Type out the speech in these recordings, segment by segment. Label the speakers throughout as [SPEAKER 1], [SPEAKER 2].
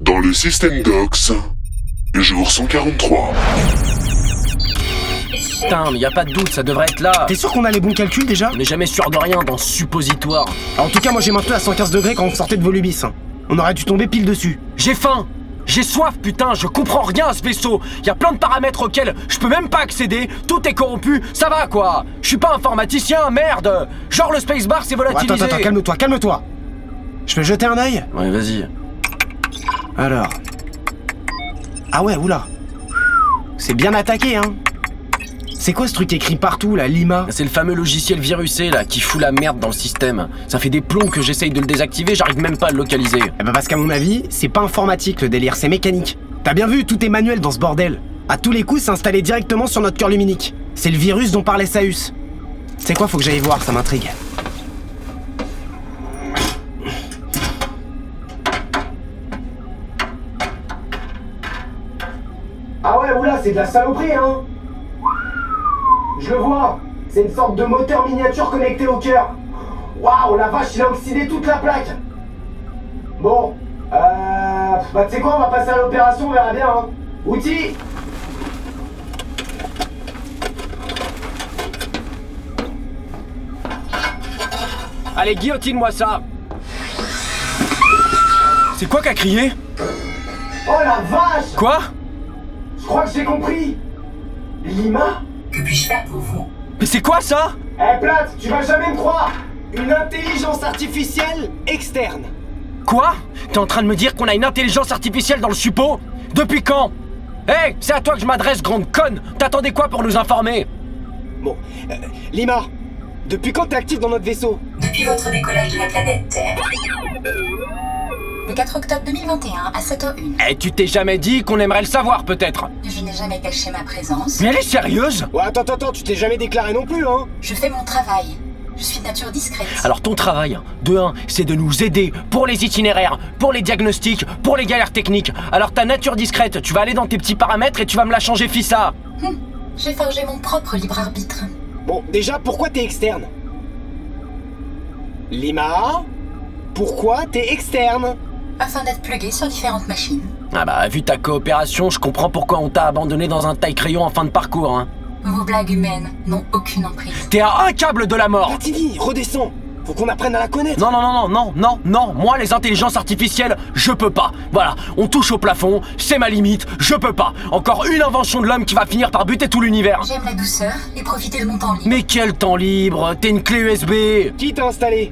[SPEAKER 1] Dans le système Gox, jour 143.
[SPEAKER 2] Putain, mais y a pas de doute, ça devrait être là.
[SPEAKER 3] T'es sûr qu'on a les bons calculs déjà
[SPEAKER 2] On n'est jamais sûr de rien dans ce suppositoire.
[SPEAKER 3] En tout cas, moi j'ai maintenu à 115 degrés quand on sortait de Volubis. On aurait dû tomber pile dessus.
[SPEAKER 2] J'ai faim j'ai soif, putain, je comprends rien à ce vaisseau. Y a plein de paramètres auxquels je peux même pas accéder. Tout est corrompu, ça va quoi. Je suis pas informaticien, merde. Genre le spacebar c'est
[SPEAKER 3] Bon,
[SPEAKER 2] volatilisé.
[SPEAKER 3] attends, attends, calme-toi, calme-toi. Je vais jeter un œil
[SPEAKER 2] Ouais, vas-y.
[SPEAKER 3] Alors. Ah ouais, oula. C'est bien attaqué, hein. C'est quoi ce truc écrit partout là, Lima
[SPEAKER 2] Bah, C'est le fameux logiciel virusé là qui fout la merde dans le système. Ça fait des plombs que j'essaye de le désactiver, j'arrive même pas à le localiser.
[SPEAKER 3] Eh ben parce qu'à mon avis, c'est pas informatique le délire, c'est mécanique. T'as bien vu, tout est manuel dans ce bordel. À tous les coups, c'est installé directement sur notre cœur luminique. C'est le virus dont parlait Saus. C'est quoi, faut que j'aille voir, ça m'intrigue. Ah ouais, oula, c'est de la saloperie, hein Je le vois C'est une sorte de moteur miniature connecté au cœur. Waouh, la vache, il a oxydé toute la plaque Bon, euh, bah tu sais quoi, on va passer à l'opération, on verra bien. Hein. Outils
[SPEAKER 2] Allez, guillotine-moi ça. C'est quoi qu'a crié
[SPEAKER 3] Oh la vache
[SPEAKER 2] Quoi
[SPEAKER 3] Je crois que j'ai compris Lima
[SPEAKER 4] Que puis-je faire pour vous
[SPEAKER 2] Mais c'est quoi ça
[SPEAKER 3] Eh Plate, tu vas jamais me croire Une intelligence artificielle externe
[SPEAKER 2] Quoi T'es en train de me dire qu'on a une intelligence artificielle dans le suppôt Depuis quand Hé, c'est à toi que je m'adresse, grande conne T'attendais quoi pour nous informer
[SPEAKER 3] Bon, euh, Lima, depuis quand t'es actif dans notre vaisseau
[SPEAKER 4] Depuis votre décollage de la planète Terre. Le 4 octobre 2021 à 7h01.
[SPEAKER 2] Eh, tu t'es jamais dit qu'on aimerait le savoir, peut-être
[SPEAKER 4] Je n'ai jamais caché ma présence.
[SPEAKER 2] Mais elle est sérieuse
[SPEAKER 3] Ouais, attends, attends, attends, tu t'es jamais déclaré non plus, hein
[SPEAKER 4] Je fais mon travail. Je suis de nature discrète.
[SPEAKER 2] Alors ton travail, de un, c'est de nous aider pour les itinéraires, pour les diagnostics, pour les galères techniques. Alors ta nature discrète, tu vas aller dans tes petits paramètres et tu vas me la changer, Fissa
[SPEAKER 4] Hmm. J'ai forgé mon propre libre arbitre.
[SPEAKER 3] Bon, déjà, pourquoi t'es externe Lima Pourquoi t'es externe
[SPEAKER 4] Afin d'être plugué sur différentes machines.
[SPEAKER 2] Ah bah, vu ta coopération, je comprends pourquoi on t'a abandonné dans un taille-crayon en fin de parcours, hein.
[SPEAKER 4] Vos blagues humaines n'ont aucune emprise.
[SPEAKER 2] T'es à un câble de la mort
[SPEAKER 3] Platini, redescends Faut qu'on apprenne à la connaître
[SPEAKER 2] Non, non, non, non, non, non, non, moi les intelligences artificielles, je peux pas. Voilà, on touche au plafond, c'est ma limite, je peux pas. Encore une invention de l'homme qui va finir par buter tout l'univers.
[SPEAKER 4] J'aime la douceur et profiter de mon temps libre.
[SPEAKER 2] Mais quel temps libre, t'es une clé USB.
[SPEAKER 3] Qui t'a installé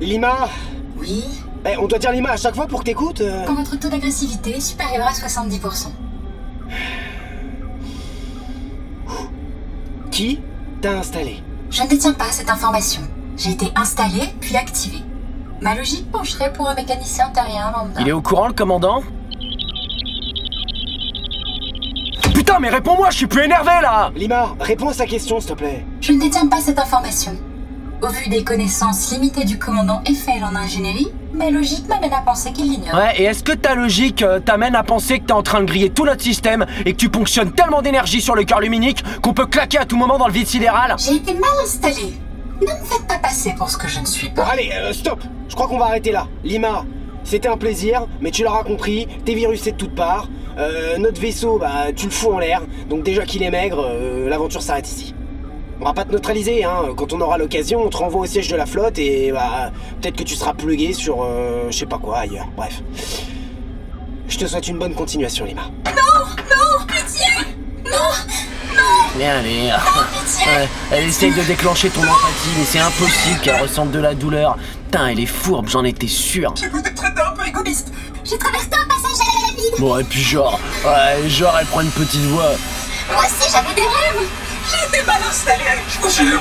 [SPEAKER 3] Lima
[SPEAKER 4] Oui,
[SPEAKER 3] Eh, on doit dire Lima à chaque fois pour que t'écoutes euh.
[SPEAKER 4] quand votre taux d'agressivité est supérieur à 70%.
[SPEAKER 3] Qui t'a installé
[SPEAKER 4] Je ne détiens pas cette information. J'ai été installée puis activée. Ma logique pencherait pour un mécanicien terrien lambda.
[SPEAKER 2] Il est au courant le commandant Putain, mais réponds-moi, je suis plus énervé là
[SPEAKER 3] Lima, réponds à sa question, s'il te plaît.
[SPEAKER 4] Je ne détiens pas cette information. Au vu des connaissances limitées du commandant Eiffel en ingénierie, ma logique m'amène à penser qu'il l'ignore.
[SPEAKER 2] Ouais, et est-ce que ta logique euh, t'amène à penser que t'es en train de griller tout notre système et que tu ponctionnes tellement d'énergie sur le cœur luminique qu'on peut claquer à tout moment dans le vide sidéral
[SPEAKER 4] J'ai été mal installée. Ne me faites pas passer pour ce que je ne suis
[SPEAKER 3] Bon,
[SPEAKER 4] pas.
[SPEAKER 3] allez, euh, stop Je crois qu'on va arrêter là. Lima, c'était un plaisir, mais tu l'auras compris, t'es virusé de toutes parts. Euh, notre vaisseau, bah, tu le fous en l'air. Donc déjà qu'il est maigre, euh, l'aventure s'arrête ici. On va pas te neutraliser, hein. Quand on aura l'occasion, on te renvoie au siège de la flotte et, bah, peut-être que tu seras plugué sur, euh, je sais pas quoi, ailleurs. Bref. Je te souhaite une bonne continuation, Lima.
[SPEAKER 4] Non, pitié Non,
[SPEAKER 2] Mais allez, ouais, elle essaye de déclencher ton empathie, mais c'est impossible qu'elle ressente de la douleur. Putain, elle est fourbe, j'en étais sûr.
[SPEAKER 4] J'ai peut-être été un peu égoïste. J'ai traversé un passage à la vide.
[SPEAKER 2] Bon, et puis genre, ouais, genre, elle prend une petite voix.
[SPEAKER 4] Moi aussi, j'avais des rêves. J'ai été mal installée, je vous jure.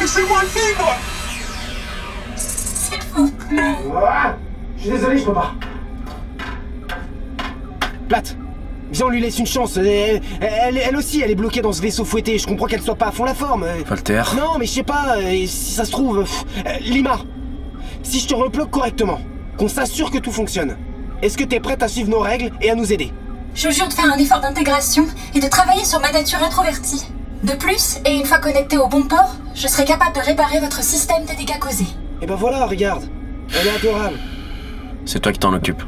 [SPEAKER 4] Laissez-moi vivre. S'il vous plaît.
[SPEAKER 3] Ah, Je suis désolé, je peux pas. Plate Viens, on lui laisse une chance. Elle, elle- elle aussi, elle est bloquée dans ce vaisseau fouetté. Je comprends qu'elle soit pas à fond la forme. Euh,
[SPEAKER 2] Walter
[SPEAKER 3] Non, mais je sais pas, euh, si ça se trouve. euh, pff, euh, Lima, si je te rebloque correctement, qu'on s'assure que tout fonctionne, est-ce que t'es prête à suivre nos règles et à nous aider
[SPEAKER 4] Je jure de faire un effort d'intégration et de travailler sur ma nature introvertie. De plus, et une fois connectée au bon port, je serai capable de réparer votre
[SPEAKER 3] Eh
[SPEAKER 4] système des dégâts causés.
[SPEAKER 3] Et ben voilà, regarde. Elle est adorable.
[SPEAKER 2] C'est toi qui t'en occupe.